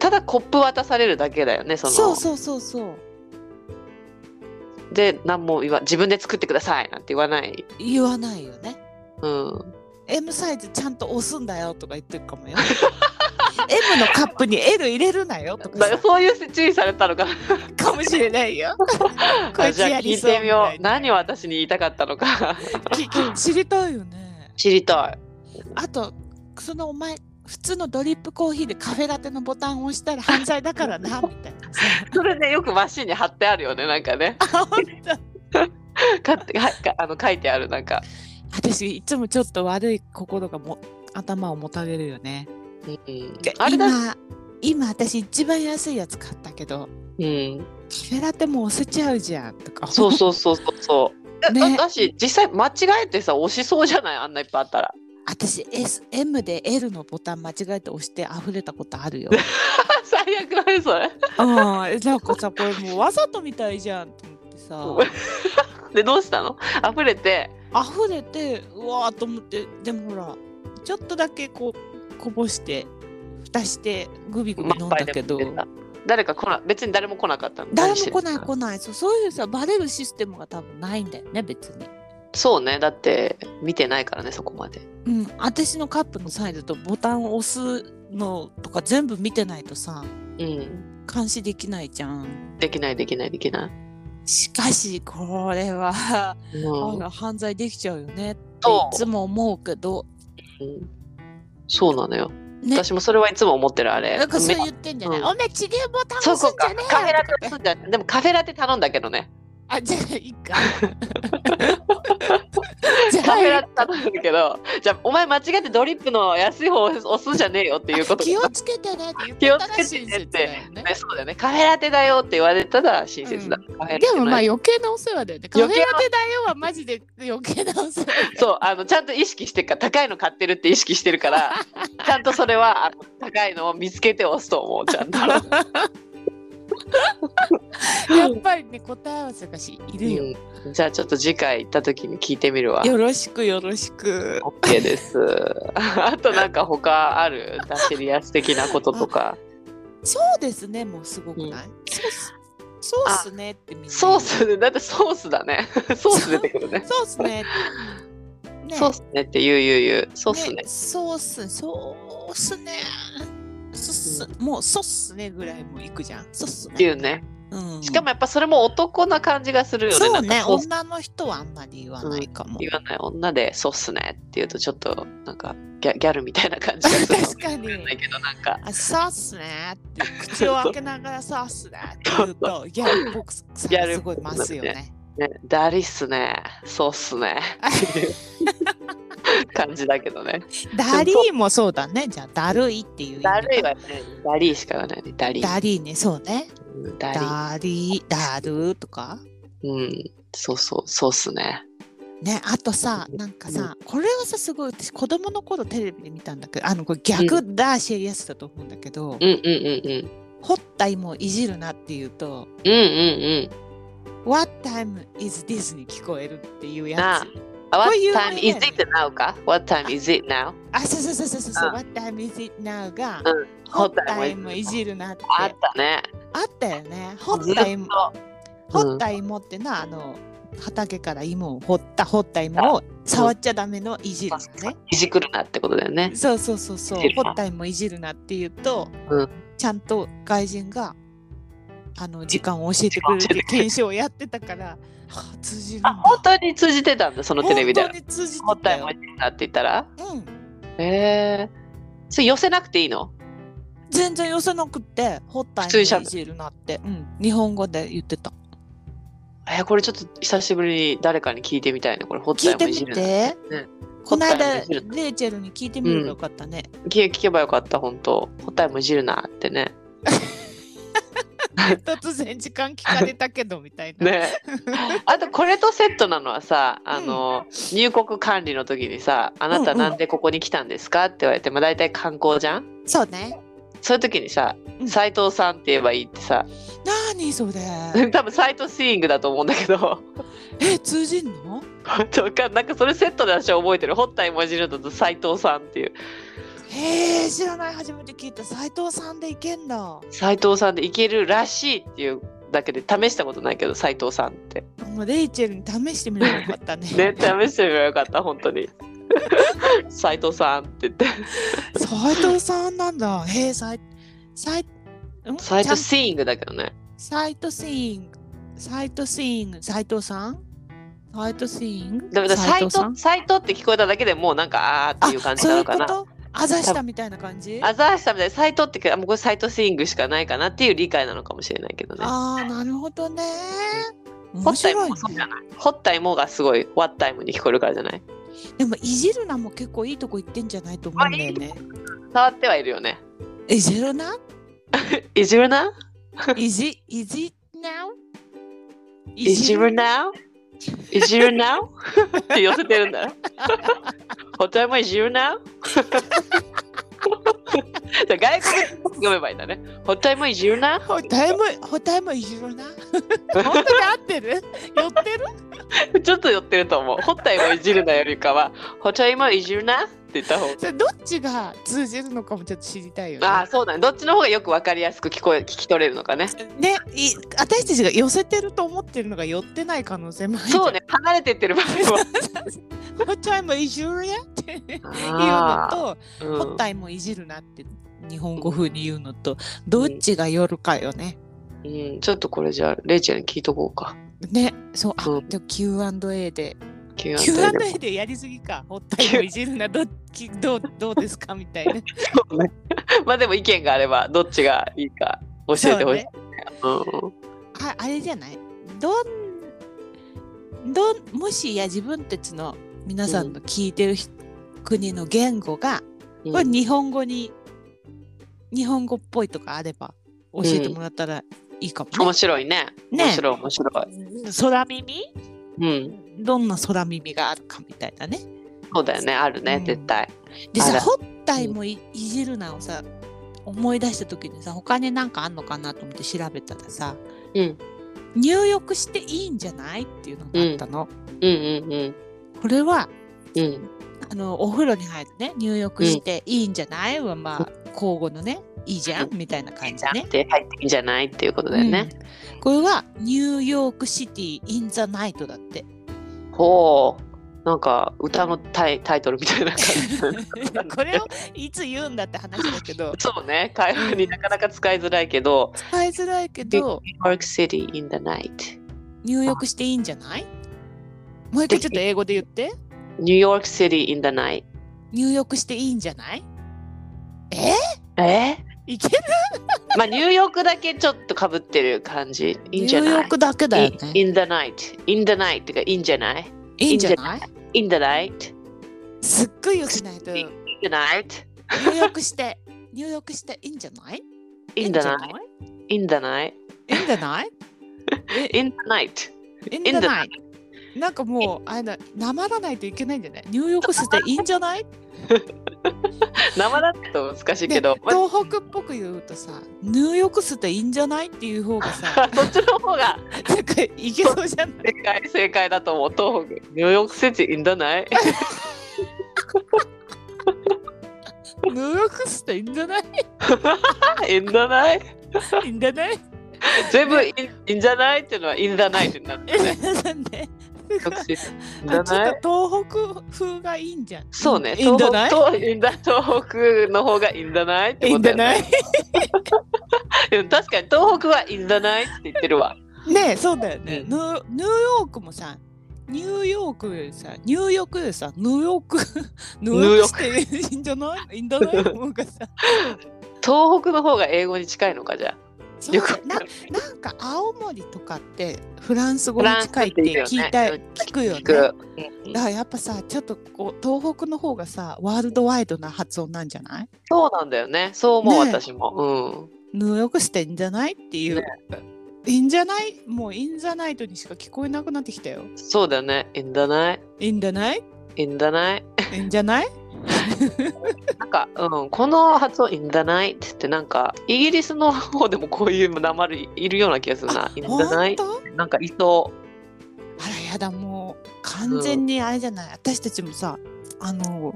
Speaker 1: ただコップ渡されるだけだよねその
Speaker 2: そうそうそうそう
Speaker 1: で何も言わ自分で作ってくださいなんて言わない、
Speaker 2: 言わないよね。
Speaker 1: うん、
Speaker 2: M サイズちゃんと押すんだよとか言ってるかもよ。M のカップに L 入れるなよとか
Speaker 1: だから
Speaker 2: さ
Speaker 1: そういう注意されたのか
Speaker 2: かもしれない よ。こ
Speaker 1: あ
Speaker 2: いつ
Speaker 1: じゃあ
Speaker 2: や
Speaker 1: 聞
Speaker 2: り
Speaker 1: い
Speaker 2: そう
Speaker 1: てみ
Speaker 2: みた
Speaker 1: よ
Speaker 2: いうな
Speaker 1: 何を私に言いたかったの か
Speaker 2: きき知りたいよね。
Speaker 1: 知りたい
Speaker 2: あとそのお前普通のドリップコーヒーでカフェラテのボタンを押したら犯罪だからなみたいなさ
Speaker 1: それねよくマシンに貼ってあるよねなんかね
Speaker 2: あ本当
Speaker 1: かってはかあの書いてあるなんか、
Speaker 2: 私いつもちょっと悪い心がも頭をもたれるよね
Speaker 1: うん、あれだ、
Speaker 2: 今今私一番安いやつ買ったけど
Speaker 1: うん、
Speaker 2: カフェラテもう押せちゃうじゃんとか
Speaker 1: そうそうそうそうそう、
Speaker 2: ね
Speaker 1: だだし実際間違えてさ押しそうじゃないあんないっぱいあったら
Speaker 2: 私 SM で L のボタン間違えて押して溢れたことあ るよ
Speaker 1: 最悪だよそれ
Speaker 2: ああなんかさこれもうわざとみたいじゃんと思ってさ
Speaker 1: でどうしたの溢れて
Speaker 2: 溢れてうわーと思ってでもほらちょっとだけこうこぼして蓋してグビグビ飲んだけど
Speaker 1: 満杯で飲んでた誰か来な別に誰も来なかったの
Speaker 2: 誰
Speaker 1: 何し
Speaker 2: も
Speaker 1: て
Speaker 2: 来
Speaker 1: る
Speaker 2: ない来ないそうそういうさバレるシステムが多分ないんだよね別に。
Speaker 1: そうねだって見てないからねそこまで
Speaker 2: うん、私のカップのサイズとボタンを押すのとか全部見てないとさ
Speaker 1: うん
Speaker 2: 監視できないじゃん。
Speaker 1: できないできないできない、
Speaker 2: しかしこれは、
Speaker 1: うん
Speaker 2: あら犯罪できちゃうよねってい
Speaker 1: そう
Speaker 2: つも思うけど、
Speaker 1: うんそうなのよ、
Speaker 2: ね、
Speaker 1: 私もそれはいつも思ってるあれ
Speaker 2: なんかそう
Speaker 1: め
Speaker 2: 言ってんじゃない、
Speaker 1: うん
Speaker 2: おめえちげえボタン
Speaker 1: そ
Speaker 2: 押
Speaker 1: こ
Speaker 2: すんじ
Speaker 1: か
Speaker 2: ゃ
Speaker 1: カフ
Speaker 2: ねえよ
Speaker 1: ェラ
Speaker 2: とかって
Speaker 1: テそうだねでもカフェラテ頼んだけどね
Speaker 2: あ、じゃあいいか。じ
Speaker 1: カフェ
Speaker 2: ゃ
Speaker 1: ラテ頼んだけどじゃあお前間違ってドリップの安い方を押すじゃねえよっていう
Speaker 2: あ、
Speaker 1: こと
Speaker 2: 気をつけてねって
Speaker 1: 気
Speaker 2: 言
Speaker 1: を
Speaker 2: っ
Speaker 1: つ
Speaker 2: たら
Speaker 1: けて
Speaker 2: 親
Speaker 1: ねっ
Speaker 2: 切
Speaker 1: て
Speaker 2: だよね。
Speaker 1: ねそうだよねカフェラテだよって言われたら親切だ、カフェラテ
Speaker 2: でもまあ
Speaker 1: ない
Speaker 2: 余計なお世話だよね。カフェラ
Speaker 1: 余
Speaker 2: テ
Speaker 1: 計な
Speaker 2: だよはマジで余計なお世話。
Speaker 1: そうあのちゃんと意識してっから高いの買ってるって意識してるから ちゃんとそれはあの高いのを見つけて押すと思うちゃんと
Speaker 2: やっぱりね、答え合わせがしいるよ。
Speaker 1: うんじゃあちょっと次回行った時に聞いてみるわ
Speaker 2: よろしくよろしく。
Speaker 1: OK ですあとなんか他あるダシリアス的なこととか
Speaker 2: そうですね、もうすごくない、そうっすそうっすねってみんな。
Speaker 1: ソー。スねだってソースだ ねソース出てくるね
Speaker 2: そうっすね。ね
Speaker 1: ソースねって言う言う言うソースね
Speaker 2: そうっすね。そうっすね。そっすもうそうっすねぐらいもいくじゃん。そうっす
Speaker 1: っていう
Speaker 2: ね。
Speaker 1: ね
Speaker 2: うん、
Speaker 1: しかもやっぱそれも男な感じがするよね
Speaker 2: そう
Speaker 1: なん
Speaker 2: ね
Speaker 1: かソース
Speaker 2: 女の人はあんまり言わないかも。
Speaker 1: 言わない女でソースねって言うとちょっとなんかギャギャルみたいな感じがする
Speaker 2: 確かに。
Speaker 1: だけどなんか
Speaker 2: あそうっすねって 口を開けながらそうっすねって言うとギャルっぽくさ
Speaker 1: ギャルっ
Speaker 2: す
Speaker 1: ぽ
Speaker 2: ごい
Speaker 1: くなるね
Speaker 2: ますよね。
Speaker 1: ね、ダリっすね、そうっすね、っていう感じだけどね。
Speaker 2: ダリーもそうだね。じゃあダルいっていう意味
Speaker 1: ダルいはね、ダリーしか言わないね、ダリー。
Speaker 2: ダリーね、そうね。
Speaker 1: うんダリー。
Speaker 2: ダリー、ダルーとか。
Speaker 1: うん、そうそう、そうっすね。
Speaker 2: ね、あとさ、なんかさ、これはさ、すごい、私、子供の頃テレビで見たんだけど、あの、これ逆だ、シェリアスだと思うんだけど
Speaker 1: う、んうんうんうん。
Speaker 2: ホッタイもいじるなっていうと、
Speaker 1: うんうんうん。
Speaker 2: What time is this に聞こえるっていうや
Speaker 1: な
Speaker 2: つ。
Speaker 1: あ
Speaker 2: こ
Speaker 1: What
Speaker 2: れ有名だよ
Speaker 1: time
Speaker 2: ね
Speaker 1: is it now か ?What time is it now?
Speaker 2: あ、そうそうそうそうそう、
Speaker 1: うん
Speaker 2: What time is it now? が、
Speaker 1: うん
Speaker 2: ホッタイムいじるなって
Speaker 1: あ
Speaker 2: あ
Speaker 1: っ
Speaker 2: った
Speaker 1: ね。
Speaker 2: たよね。ホッタイム
Speaker 1: ずっ、と
Speaker 2: ホッタイモってな、あの、畑から芋を掘ったホッタイモを触っちゃダメのいじるのね。
Speaker 1: いじくるなってことだよね。
Speaker 2: そうそうそうそう
Speaker 1: いじ、る
Speaker 2: ホ
Speaker 1: な
Speaker 2: ッタイモいじるなって言うと、
Speaker 1: うん
Speaker 2: ちゃんと外人が、あの、時間を教えてくれるっていう検証をやってたから、はあ通じるん
Speaker 1: あ、
Speaker 2: だ。
Speaker 1: 本当に通じてたんだ、そのテレビで
Speaker 2: 本。当に通じ
Speaker 1: ホッ
Speaker 2: て
Speaker 1: タ
Speaker 2: た
Speaker 1: イ
Speaker 2: よ
Speaker 1: ムい。じるなって言ったら。
Speaker 2: うん。
Speaker 1: ええそれ寄せなくていいの
Speaker 2: 全然寄せなくって、ホッタイ
Speaker 1: 普通にしゃ
Speaker 2: ムいじるなって、うん、日本語で言ってた。
Speaker 1: えーこれちょっと久しぶりに誰かに聞いてみたいね。これホッ
Speaker 2: 聞
Speaker 1: タ
Speaker 2: い
Speaker 1: イ
Speaker 2: て
Speaker 1: ムいじ
Speaker 2: み
Speaker 1: るな。
Speaker 2: て。
Speaker 1: うん
Speaker 2: この
Speaker 1: ホッタイムい
Speaker 2: 間、
Speaker 1: じるな
Speaker 2: レイチェルに聞いてみればよかったね。
Speaker 1: 聞聞けばよかった、本当ホッタイムいじるなってね。
Speaker 2: 突然時間聞かれたけど、みたいな。
Speaker 1: ねあとこれとセットなのはさあの、入国管理の時にさ「あなた
Speaker 2: うんうん
Speaker 1: なんでここに来たんですか?」って言われて、まあ、大体観光じゃん
Speaker 2: そうね。
Speaker 1: そういう時にさ
Speaker 2: うん
Speaker 1: 斎藤さんって言えばいいってさ
Speaker 2: なにそ れ。
Speaker 1: 多分サイトシーイングだと思うんだけど
Speaker 2: え、通じんの
Speaker 1: とかなんかそれセットで私は覚えてるホッタイ文字のだと斎藤さんっていう
Speaker 2: へえ、知らない、初めて聞いた。斎藤さんでいけんだ。
Speaker 1: 斎藤さんでいけるらしいっていうだけで試したことないけど斎藤さんって
Speaker 2: もうレイチェルに試してみればよかったね。
Speaker 1: ね試してみればよかった本当 に斎藤さんって言って
Speaker 2: 斎藤さんなんだ。へえ、斎、斎、ん
Speaker 1: 斎
Speaker 2: ちゃん
Speaker 1: 藤シーイングだけどね
Speaker 2: サイトシーイング、サイトシーイング、斎藤さんサイトシーイング
Speaker 1: だからサ
Speaker 2: 斎
Speaker 1: イ
Speaker 2: 藤さ
Speaker 1: ト
Speaker 2: ん
Speaker 1: サイトって聞こえただけでもうなんかあーっていう感じなのか
Speaker 2: あ
Speaker 1: な。
Speaker 2: そういうことあざしたみたいな感じあ
Speaker 1: アザーシさんみたいにサイトって聞いたらもうこれサイトシーイングしかないかなっていう理解なのかもしれないけどね。
Speaker 2: あー、なるほどね。
Speaker 1: ホッ
Speaker 2: 面
Speaker 1: タイ
Speaker 2: 白
Speaker 1: ム
Speaker 2: い
Speaker 1: もそうじゃ
Speaker 2: ね。
Speaker 1: ない。ホッタイムがすごいワッタイムに聞こえるからじゃない。
Speaker 2: でも、いじるなも結構いいとこ行ってんじゃないと思うんだよね。
Speaker 1: 触ってはいるよね。
Speaker 2: いじるない
Speaker 1: じるな？
Speaker 2: いじ、いじなう
Speaker 1: いじる
Speaker 2: い
Speaker 1: な？いじるな？って寄せてるんだよ。ホッタイムいじるな？じゃあ外国語読めばいいんだね。ホッタイムいじるな？
Speaker 2: じる。ほたいも、ほたいもいじるな。 本当に合ってる寄ってる
Speaker 1: ちょっと寄ってると思う。ホッタイムいじるなよりかは、ホッタイムいじるなって言った方が。
Speaker 2: それどっちが通じるのかもちょっと知りたいよね。
Speaker 1: ああ、そうだね。どっちの方がよくわかりやすく聞こえ、聞き取れるのかね。
Speaker 2: ね、い私たちが寄せてると思ってるのが寄ってない可能性もある。
Speaker 1: そう。ね。離れてってる場合 も。
Speaker 2: ホッタイもいじるやっていうの
Speaker 1: あ
Speaker 2: と、
Speaker 1: ー
Speaker 2: ホッタイもいじるなって日本語風に言うのと、どっちが寄るかよね。
Speaker 1: うん、うんちょっとこれじゃあ、レイちゃんに聞いとこうか。
Speaker 2: ね、そう、あ、
Speaker 1: うん
Speaker 2: じゃあ Q&A で。
Speaker 1: Q&A で
Speaker 2: Q&A でやりすぎか。ホッタイもいじるな、どっち、どう、どうですかみたいな。
Speaker 1: そうね まあでも意見があれば、どっちがいいか教えてほしいね。うんうん
Speaker 2: ああれじゃないどんどんもしや自分たちの皆さんの聞いてるひ、国の言語が
Speaker 1: うん
Speaker 2: これ日本語に、日本語っぽいとかあれば教えてもらったらいいかも、
Speaker 1: 面白いね。
Speaker 2: ね
Speaker 1: 面白い、面白い。
Speaker 2: 空耳
Speaker 1: うん。
Speaker 2: どんな空耳があるかみたいなね。
Speaker 1: そうだよね。ある
Speaker 2: う
Speaker 1: ね
Speaker 2: ん、
Speaker 1: 絶対。
Speaker 2: で
Speaker 1: あ
Speaker 2: さ、
Speaker 1: ら
Speaker 2: ホッタイもいいじるなをさ、思い出した時にさ、他になんかあんのかなと思って調べたらさ、
Speaker 1: うん。
Speaker 2: 入浴していいんじゃないっていうのがあったの。
Speaker 1: うんうんうん。
Speaker 2: これは
Speaker 1: うん。
Speaker 2: あのお風呂に入ってね入浴していいんじゃないは、まあ交互のねいいじゃんみたいな感じ
Speaker 1: な
Speaker 2: ね
Speaker 1: ん。て入っていいんじゃないっていうことだよね。
Speaker 2: うんこれはニューヨークシティ・イン・ザ・ナイトだ って。
Speaker 1: ほう。なんか歌のタイタイトルみたいな感じ だね。
Speaker 2: これをいつ言うんだって話だけ ど
Speaker 1: そうね。会話になかなか使いづらいけど、
Speaker 2: 使いづらいけど
Speaker 1: New York City in the night。
Speaker 2: 入浴していいんじゃないもう一回ちょっと英語で言って。
Speaker 1: New York City in the night。
Speaker 2: 入浴していいんじゃない
Speaker 1: え
Speaker 2: いける
Speaker 1: まあニューヨークだけちょっとかぶってる感じ。いいんじゃ
Speaker 2: 入
Speaker 1: ない
Speaker 2: 浴だけだよね。
Speaker 1: in, ?In the night。In the night ってか、いいんじゃない
Speaker 2: いいんじゃない
Speaker 1: ?In the night。
Speaker 2: すっごい良くないと。入
Speaker 1: In the night。
Speaker 2: 浴して、入浴していいんじゃない
Speaker 1: In the night。In the night。
Speaker 2: いいんじゃない
Speaker 1: In the night。
Speaker 2: いいんじ
Speaker 1: じ
Speaker 2: ゃ
Speaker 1: ゃ
Speaker 2: な
Speaker 1: ない
Speaker 2: なんかもう、あれだ、なまらないといけないんじゃないニューヨークスっていいんじ ゃない
Speaker 1: 生だと難しいけ
Speaker 2: で
Speaker 1: ど、まあ
Speaker 2: 東北っぽく言うとさ、ニューヨークスっていいんじゃないっていう方 がさ、
Speaker 1: そっちの方が
Speaker 2: なんかいけそうじゃない
Speaker 1: 正解正解 だと思う。東北。ニューヨークシティ in the night。
Speaker 2: 努力したらいいんじ ゃない
Speaker 1: いいんじゃない
Speaker 2: いいんじゃない
Speaker 1: 全部いいいいんじゃないっていうのは、いいんじゃないってなるんだよね。
Speaker 2: なんで
Speaker 1: 特殊いいんじ
Speaker 2: あ
Speaker 1: ゃ
Speaker 2: ちょ
Speaker 1: な
Speaker 2: っ
Speaker 1: い
Speaker 2: と東北風がいいんじゃん。
Speaker 1: そうね、
Speaker 2: いいんじゃない
Speaker 1: 東北といいんだ東北の方がいいんじゃないって
Speaker 2: いい
Speaker 1: こ
Speaker 2: ん
Speaker 1: と
Speaker 2: じゃ
Speaker 1: よね
Speaker 2: ない
Speaker 1: うん確かに東北はいいんじゃないって言ってるわ。
Speaker 2: ねえそうだよ
Speaker 1: う
Speaker 2: ね、
Speaker 1: ん
Speaker 2: ニューニューヨークもさニューヨークよりさニューヨークよりさニューヨーク ニューヨークしていいんじゃな いいいんじゃないもうかさ
Speaker 1: 東北の方が英語に近いのかじゃあ。
Speaker 2: そう
Speaker 1: よ
Speaker 2: だ
Speaker 1: く
Speaker 2: ななんか青森とかってフランス語
Speaker 1: フ
Speaker 2: に
Speaker 1: ランス
Speaker 2: 近いっ
Speaker 1: って
Speaker 2: て
Speaker 1: 言うよね
Speaker 2: 聞いた、
Speaker 1: うん
Speaker 2: 聞くよね
Speaker 1: 聞く。うん
Speaker 2: だからやっぱさちょっとこう東北の方がさワールドワイドな発音なんじゃない
Speaker 1: そうなんだよね。そう思う
Speaker 2: ねえ
Speaker 1: 私も。
Speaker 2: ニューヨークしてんじゃないっていう、
Speaker 1: ね
Speaker 2: いいんじゃないもういいんじゃないとにしか聞こえなくなってきたよ
Speaker 1: うん。そうだよね。いいんじゃない
Speaker 2: いいんじゃない
Speaker 1: いいんじゃない
Speaker 2: いいんじゃない
Speaker 1: なんか、うん、この発音いいんじゃないって言ってなんかイギリスの方でもこういうなまるいるような気がするな。いいんじゃない
Speaker 2: 本当
Speaker 1: なんかいそ
Speaker 2: あらやだもう完全にあれじゃない、私たちもさあの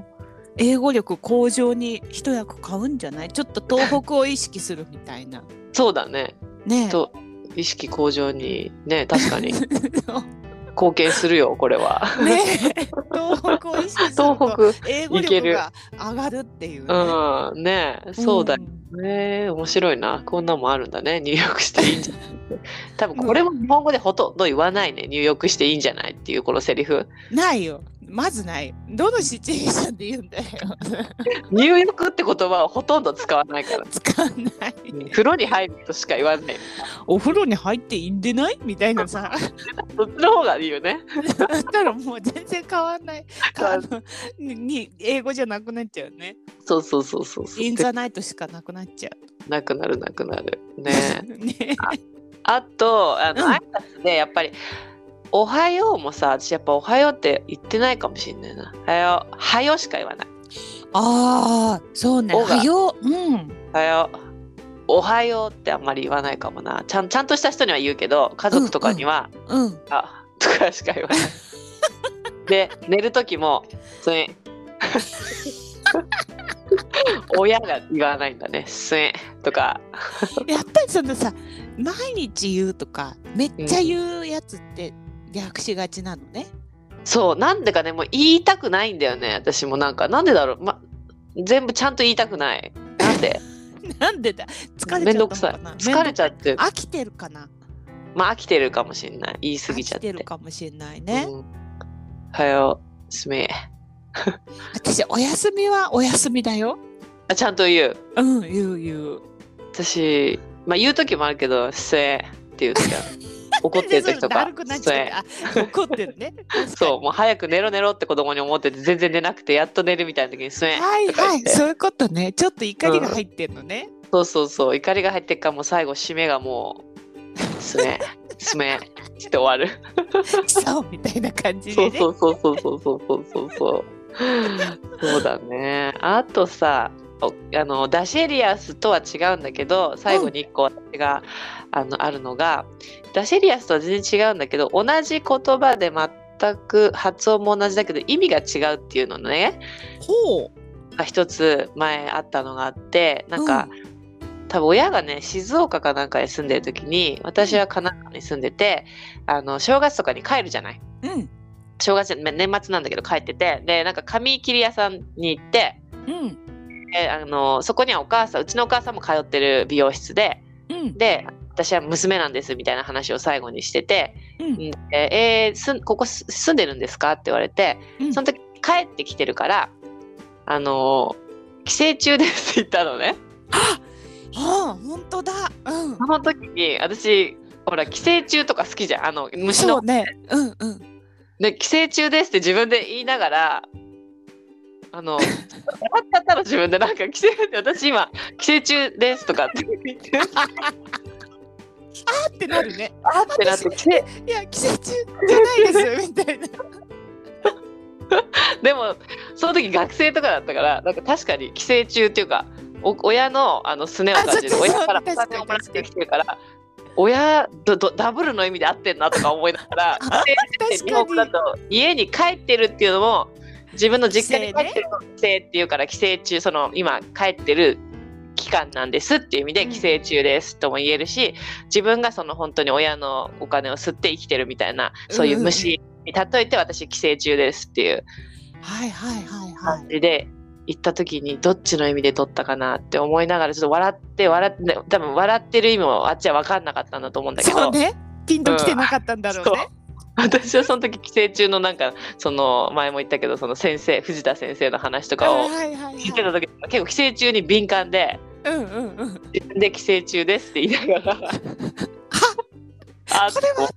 Speaker 2: 英語力向上に一役買うんじゃないちょっと東北を意識するみたいな
Speaker 1: う。そうだね。
Speaker 2: ねえ
Speaker 1: と意識向上にね確かに
Speaker 2: そう
Speaker 1: 貢献するよこれは。
Speaker 2: ねえ東北を意識する
Speaker 1: 東
Speaker 2: と
Speaker 1: 北
Speaker 2: 英語
Speaker 1: いけ
Speaker 2: 力
Speaker 1: る
Speaker 2: が上がるっていう、ね
Speaker 1: うん、ねえそうだよ
Speaker 2: ん
Speaker 1: ね。面白いな。こんなもんあるんだね。入浴していいんじ ゃない多分これも日本語でほとんど言わないね。入浴していいんじゃないっていうこのセリフ。
Speaker 2: ないよまずないどのシチュエーションで言うんだよ
Speaker 1: 入浴って言葉をほとんど使わないから。
Speaker 2: 使わない
Speaker 1: 風呂に入るとしか言わない。
Speaker 2: お風呂に入っていいんでないみたいなさ
Speaker 1: そっちの方がいいよね。
Speaker 2: だったらもう全然変わんない。
Speaker 1: 変わ
Speaker 2: あ
Speaker 1: ん
Speaker 2: のにに英語じゃなくなっちゃう ね。
Speaker 1: そうそうそうそうそう。
Speaker 2: インザナイトしかなくなっちゃ
Speaker 1: なくなるなくなる。
Speaker 2: う。
Speaker 1: ねえ
Speaker 2: ね
Speaker 1: あと、あの、
Speaker 2: うん
Speaker 1: 挨拶でやっぱり、おはようもさ、私やっぱおはようって言ってないかもしれないな。おはよう、はようしか言わない。
Speaker 2: ああ、そうね。
Speaker 1: おが
Speaker 2: はよう。うん。
Speaker 1: おはよう。おはようってあんまり言わないかもな。ちゃんちゃんとした人には言うけど、家族とかには、
Speaker 2: うん。
Speaker 1: あ、とかしか言わ ない。で、寝る時も、すえ。 親が言わないんだね。すえとか、
Speaker 2: やっぱりそのさ、毎日言うとか、めっちゃ言うやつって略しがちなのね。
Speaker 1: そう、なんでかね、もう言いたくないんだよね。私もなんか、なんでだろう。ま、全部ちゃんと言いたくない。なんで
Speaker 2: なんでだ。疲れ
Speaker 1: めん
Speaker 2: ちゃ
Speaker 1: ど
Speaker 2: っ
Speaker 1: く
Speaker 2: た
Speaker 1: さい
Speaker 2: のかな。。
Speaker 1: 疲れちゃって、
Speaker 2: 飽きてるかな。
Speaker 1: まあ飽きてるかもしれない。言い過
Speaker 2: 飽
Speaker 1: ぎちゃ
Speaker 2: き
Speaker 1: って。
Speaker 2: てるかもしれないね。
Speaker 1: うんはよ、すめ。
Speaker 2: 私お休みはお休みだよ。
Speaker 1: あちゃんと言う。
Speaker 2: うん、言う言う。
Speaker 1: 私、まあ、言う時もあるけど「せえ」って言う時 は怒ってる時と
Speaker 2: だ
Speaker 1: か
Speaker 2: るくなっち
Speaker 1: せ
Speaker 2: ゃ
Speaker 1: え
Speaker 2: う。あ怒ってるね。
Speaker 1: そうもう早く寝ろ寝ろって子供に思ってて全然寝なくてやっと寝るみたいな時に「せえ」
Speaker 2: はい
Speaker 1: とか
Speaker 2: は
Speaker 1: 言っ
Speaker 2: い、
Speaker 1: て
Speaker 2: そういうことね。ちょっと怒りが入ってんのね。
Speaker 1: そうそうそう怒りが入ってっからもう最後締めがもう「す め」「すめ」って終わる
Speaker 2: そうみたいな感じ
Speaker 1: そ
Speaker 2: で
Speaker 1: う
Speaker 2: ね。
Speaker 1: そうそうそうそうそうそうそうそうそうだねあとさおあのダシエリアスとは違うんだけど最後に一個私が、あのあるのがダシエリアスとは全然違うんだけど同じ言葉で全く発音も同じだけど意味が違うっていうのね
Speaker 2: ほう。
Speaker 1: が一つ前あったのがあってなんか、
Speaker 2: う
Speaker 1: 多分親がね静岡かなんかに住んでる時に私は神奈川に住んでてあの正月とかに帰るじゃない。
Speaker 2: うん
Speaker 1: 正月め年末なんだけど帰っててでなんか髪切り屋さんに行って
Speaker 2: うん
Speaker 1: であのそこにはお母さんうちのお母さんも通ってる美容室で
Speaker 2: うん
Speaker 1: で私は娘なんですみたいな話を最後にしてて
Speaker 2: うん
Speaker 1: でえーすんここす住んでるんですか?」って言われて
Speaker 2: うん
Speaker 1: その時帰ってきてるから「あの帰省中です」って言ったのね。
Speaker 2: あ、本当だ。うん
Speaker 1: そ。の時に私ほら寄生虫とか好きじゃんあの虫
Speaker 2: そ
Speaker 1: の、
Speaker 2: うね。うんうん。
Speaker 1: ね、寄生虫ですって自分で言いながらあの終わっちゃったら自分でなんか寄生って私今寄生虫ですとかって言って
Speaker 2: あってなるね。
Speaker 1: あってなって寄生
Speaker 2: いや、寄生虫じゃないですみた いな。
Speaker 1: でもその時学生とかだったからなんか確かに寄生虫っていうかお親のあのすねを感じ
Speaker 2: あ
Speaker 1: る
Speaker 2: そうそう
Speaker 1: 親からお
Speaker 2: 確かに
Speaker 1: 金をもらってきてるから親どどダブルの意味で合ってんなとか思いながら寄生虫って日本語だと家に帰ってるっていうのも自分の実家に帰ってる帰省っていうから帰省中その今帰ってる期間なんですっていう意味で
Speaker 2: うん
Speaker 1: 帰省中ですとも言えるし、自分がその本当に親のお金を吸って生きてるみたいなそういう虫に例えて私帰省中ですっていう
Speaker 2: はいはいはいはい
Speaker 1: 感じで行った時にどっちの意味で取ったかなって思いながらちょっと笑って笑ってね多分笑ってる意味もあっちは分かんなかったんだと思うんだけど
Speaker 2: そうねピンときてなかったんだろうね、
Speaker 1: 私はその時帰省中のなんかその前も言ったけどその先生藤田先生の話とかを
Speaker 2: はいはいはい
Speaker 1: 聞いて
Speaker 2: は
Speaker 1: た時結構帰省中に敏感で
Speaker 2: いうんうんうん
Speaker 1: 自分で帰省中ですって言いな がらあ
Speaker 2: それ は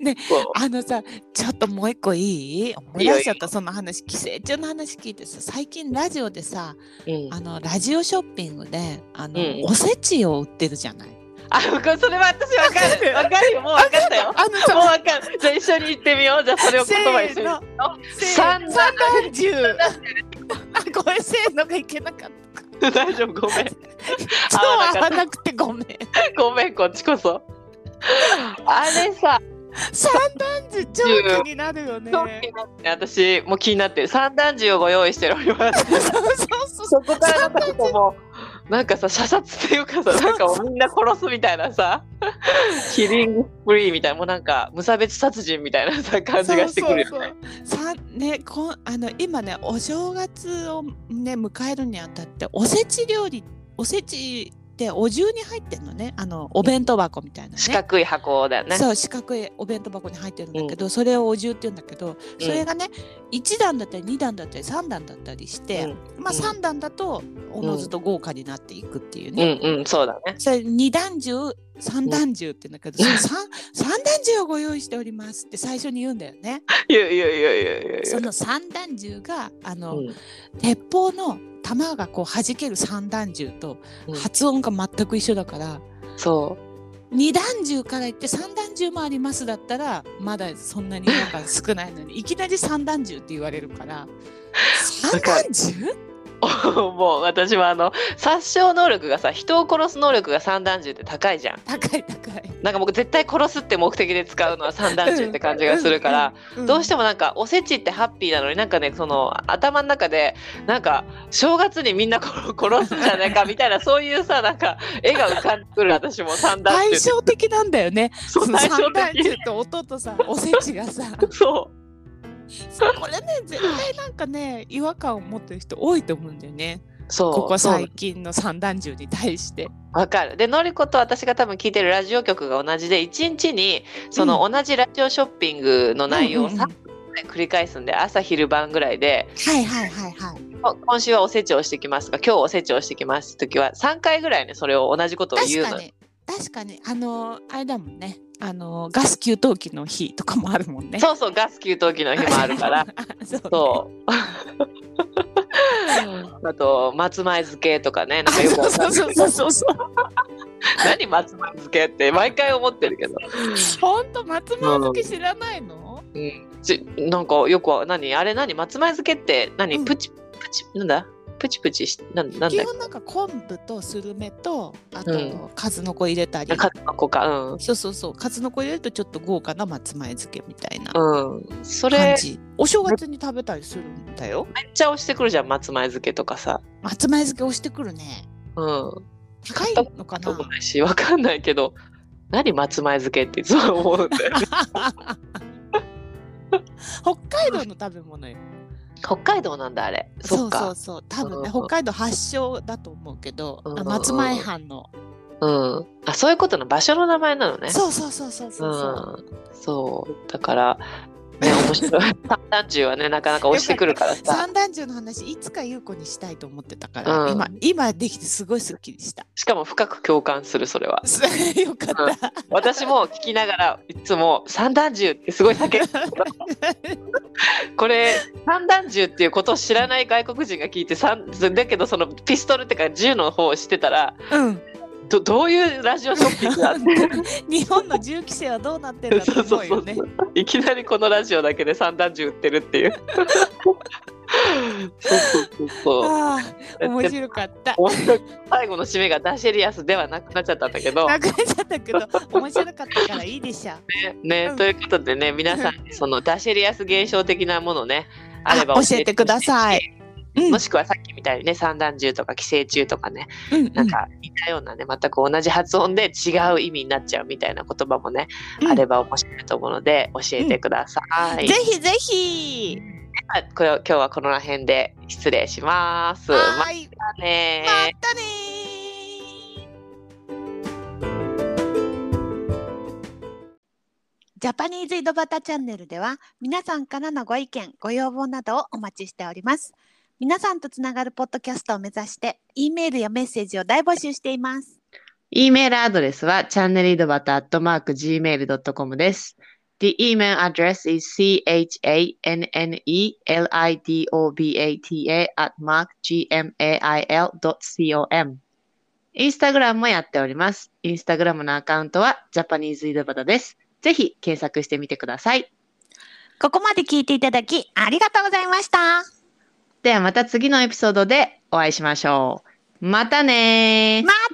Speaker 2: ね
Speaker 1: こう
Speaker 2: あのさちょっともう一個いい思い出しちゃったその話寄生虫の話聞いてさ最近ラジオでさ
Speaker 1: うん
Speaker 2: あのラジオショッピングであの、
Speaker 1: うん
Speaker 2: おせちを売ってるじゃ ない。
Speaker 1: あこれそれは私わかるわかるよもうわかったよも
Speaker 2: あの
Speaker 1: うわかるじゃあ一緒に行ってみようじゃあそれを言葉一緒に
Speaker 2: 三
Speaker 1: 三
Speaker 2: 三十。 あごめんせーのがいけなかった。
Speaker 1: 大丈夫ごめ ん
Speaker 2: そう
Speaker 1: 合わな
Speaker 2: 合
Speaker 1: か
Speaker 2: わ
Speaker 1: った
Speaker 2: なくてごめん。
Speaker 1: ごめんこっちこそあれさ
Speaker 2: 三段十超気になるよね。
Speaker 1: そう気になって私も気になってる三段銃をご用意しております
Speaker 2: そうそうそう。
Speaker 1: そこからなんかここもなんかさ射殺っていうかさなんかもうみんな殺すみたいなさキリングフリーみたいなもうなんか無差別殺人みたいなさ感じがしてくるよね
Speaker 2: そうそうそうさねこんあの今ねお正月をね迎えるにあたっておせち料理おせちってお重に入ってんのねあのお弁当箱みたいなね。
Speaker 1: 四角い箱だよね
Speaker 2: そう四角いお弁当箱に入ってるんだけど、それをお重って言うんだけど、それがね1段だったり2段だったり3段だったりして、まあ
Speaker 1: うん
Speaker 2: 3段だとおのずと豪華になっていくっていう
Speaker 1: うんう
Speaker 2: ね、
Speaker 1: んうんそうだね
Speaker 2: それ2段重3段重って言うんだけど、
Speaker 1: うん
Speaker 2: その 3, 三段重をご用意しておりますって最初に言うんだよね。
Speaker 1: いやいやいやいやいやい
Speaker 2: そ
Speaker 1: や
Speaker 2: の三段銃があの、
Speaker 1: うん
Speaker 2: 鉄砲の弾がこう弾ける三段銃と
Speaker 1: うん
Speaker 2: 発音が全く一緒だから、
Speaker 1: そ
Speaker 2: 二段銃から言って三段銃もありますだったらまだそんなになんか少ないの にいきなり三段銃って言われるから三
Speaker 1: わか
Speaker 2: 段
Speaker 1: る
Speaker 2: 銃
Speaker 1: うもう私はあの殺傷能力がさ人を殺す能力が三段銃って高いじゃん
Speaker 2: 高い高い。
Speaker 1: なんか僕絶対殺すって目的で使うのは三段銃って感じがするからどうして
Speaker 2: も
Speaker 1: もなんかおせちってハッピーなのになんかねその頭の中でなんか正月にみんな殺殺すんじゃないかみたいなそういうさなんか絵が浮かんでくる私も三段
Speaker 2: 対
Speaker 1: 銃
Speaker 2: 照的なんだよね。
Speaker 1: そう
Speaker 2: その
Speaker 1: 対照
Speaker 2: 三段
Speaker 1: 的
Speaker 2: 銃と音とさおせちがさ
Speaker 1: そ
Speaker 2: これね絶対なんかね違和感を持ってる人多いと思うんだよね。
Speaker 1: うそう
Speaker 2: ここ
Speaker 1: そう
Speaker 2: 最近の三段銃に対して。
Speaker 1: わかるでのりこと私が多分聞いてるラジオ局が同じで一日にそうの同じラジオショッピングの内容を
Speaker 2: うんうんう
Speaker 1: 3
Speaker 2: ん
Speaker 1: 回繰り返すんで朝昼晩ぐらいで
Speaker 2: はいはいはいはい。
Speaker 1: こ今週はおせちをしてきますとか今日おせちをしてきますって時は3回ぐらいねそれを同じことを言う
Speaker 2: 確
Speaker 1: の
Speaker 2: かに確かにあのあれだもんね。あのガス給湯器の日とかもあるもんね。。
Speaker 1: そうそうガス給湯器の日もあるから
Speaker 2: そう
Speaker 1: そう。あと松前漬けとかね、なんかよくわかん
Speaker 2: そう
Speaker 1: ない
Speaker 2: そうそうそうそう。
Speaker 1: 何松前漬けって毎回思ってるけど、
Speaker 2: 本当松本漬け知らないの？
Speaker 1: ちなんかよくわ何あれ何松前漬けって何、
Speaker 2: うん
Speaker 1: プチプチなんだプチプチしなんなん
Speaker 2: 基
Speaker 1: だ
Speaker 2: 本なんか昆布とスルメとあ
Speaker 1: うん
Speaker 2: と数の子入れたり。
Speaker 1: カの子かうん
Speaker 2: そうそうそう。数の子入れるとちょっと豪華な松前漬けみたいな
Speaker 1: うんそれ
Speaker 2: 感じ。お正月に食べたりするんだよ。
Speaker 1: めっちゃ押してくるじゃん松前漬けとかさ
Speaker 2: 松前漬け押してくるね。
Speaker 1: うん
Speaker 2: 高いのか
Speaker 1: そう
Speaker 2: な
Speaker 1: も？ないしわかんないけど何松前漬けっていつも思うんだよね
Speaker 2: 北海道の食べ物よ。
Speaker 1: 北海道なんだあれ そ
Speaker 2: そ
Speaker 1: っ
Speaker 2: うそう
Speaker 1: か
Speaker 2: そう。多分ね、
Speaker 1: うん
Speaker 2: 北海道発祥だと思うけど、
Speaker 1: うんうん
Speaker 2: あ
Speaker 1: うん
Speaker 2: 松前藩の。
Speaker 1: うんあそういうことの場所の名前なのね
Speaker 2: そうそうそうそうそうそう。
Speaker 1: うん、そうだから、ね、面白い 三段重はねなかなか押してくるからさ
Speaker 2: 三段重の話いつか優子にしたいと思ってたから、
Speaker 1: うん
Speaker 2: 今今できてすごいすっきりした
Speaker 1: しかも深く共感するそれは
Speaker 2: すよかった、
Speaker 1: 私も聞きながらいつも三段重ってすごい 叫ぶ これ三段重っていうことを知らない外国人が聞いて三だけどそのピストルってか銃の方をしてたら
Speaker 2: うん
Speaker 1: どどういうラジオショッピングだって
Speaker 2: 日本の銃規制はどうなってるんだと思うよね
Speaker 1: いきなりこのラジオだけで三段銃売ってるっていうそうそうそう
Speaker 2: ああ面白かった
Speaker 1: そう。面白い最後の締めがダシェリアスではなくなっちゃったんだけど。
Speaker 2: なくなっちゃったけど面白かったからいいでしょ
Speaker 1: ね、
Speaker 2: うん
Speaker 1: ということでね皆さんそのダシェリアス現象的なものねあれば
Speaker 2: あ 教えてください。うん
Speaker 1: もしくはさっきみたいにね三段銃とか寄生虫とかね
Speaker 2: うん
Speaker 1: なんか似たようなね全く同じ発音で違う意味になっちゃうみたいな言葉もね、
Speaker 2: うん
Speaker 1: あれば面白いと思うので教えてください。
Speaker 2: ぜひぜひ。
Speaker 1: はいこれを今日はこの辺で失礼します。ま
Speaker 2: はーい。
Speaker 1: たね
Speaker 2: またねー。ジャパニーズ井戸端チャンネルでは皆さんからのご意見ご要望などをお待ちしております皆さんとつながるポッドキャストを目指して E メールやメッセージを大募集しています
Speaker 1: E メールアドレスは channelidobata.gmail.com です。The email address is chanelidobata at mark gmail.com。インスタグラムもやっております。インスタグラムのアカウントはジャパニーズ井戸端です。ぜひ検索してみてください。
Speaker 2: ここまで聞いていただきありがとうございました
Speaker 1: ではまた次のエピソードでお会いしましょう。またねー。
Speaker 2: また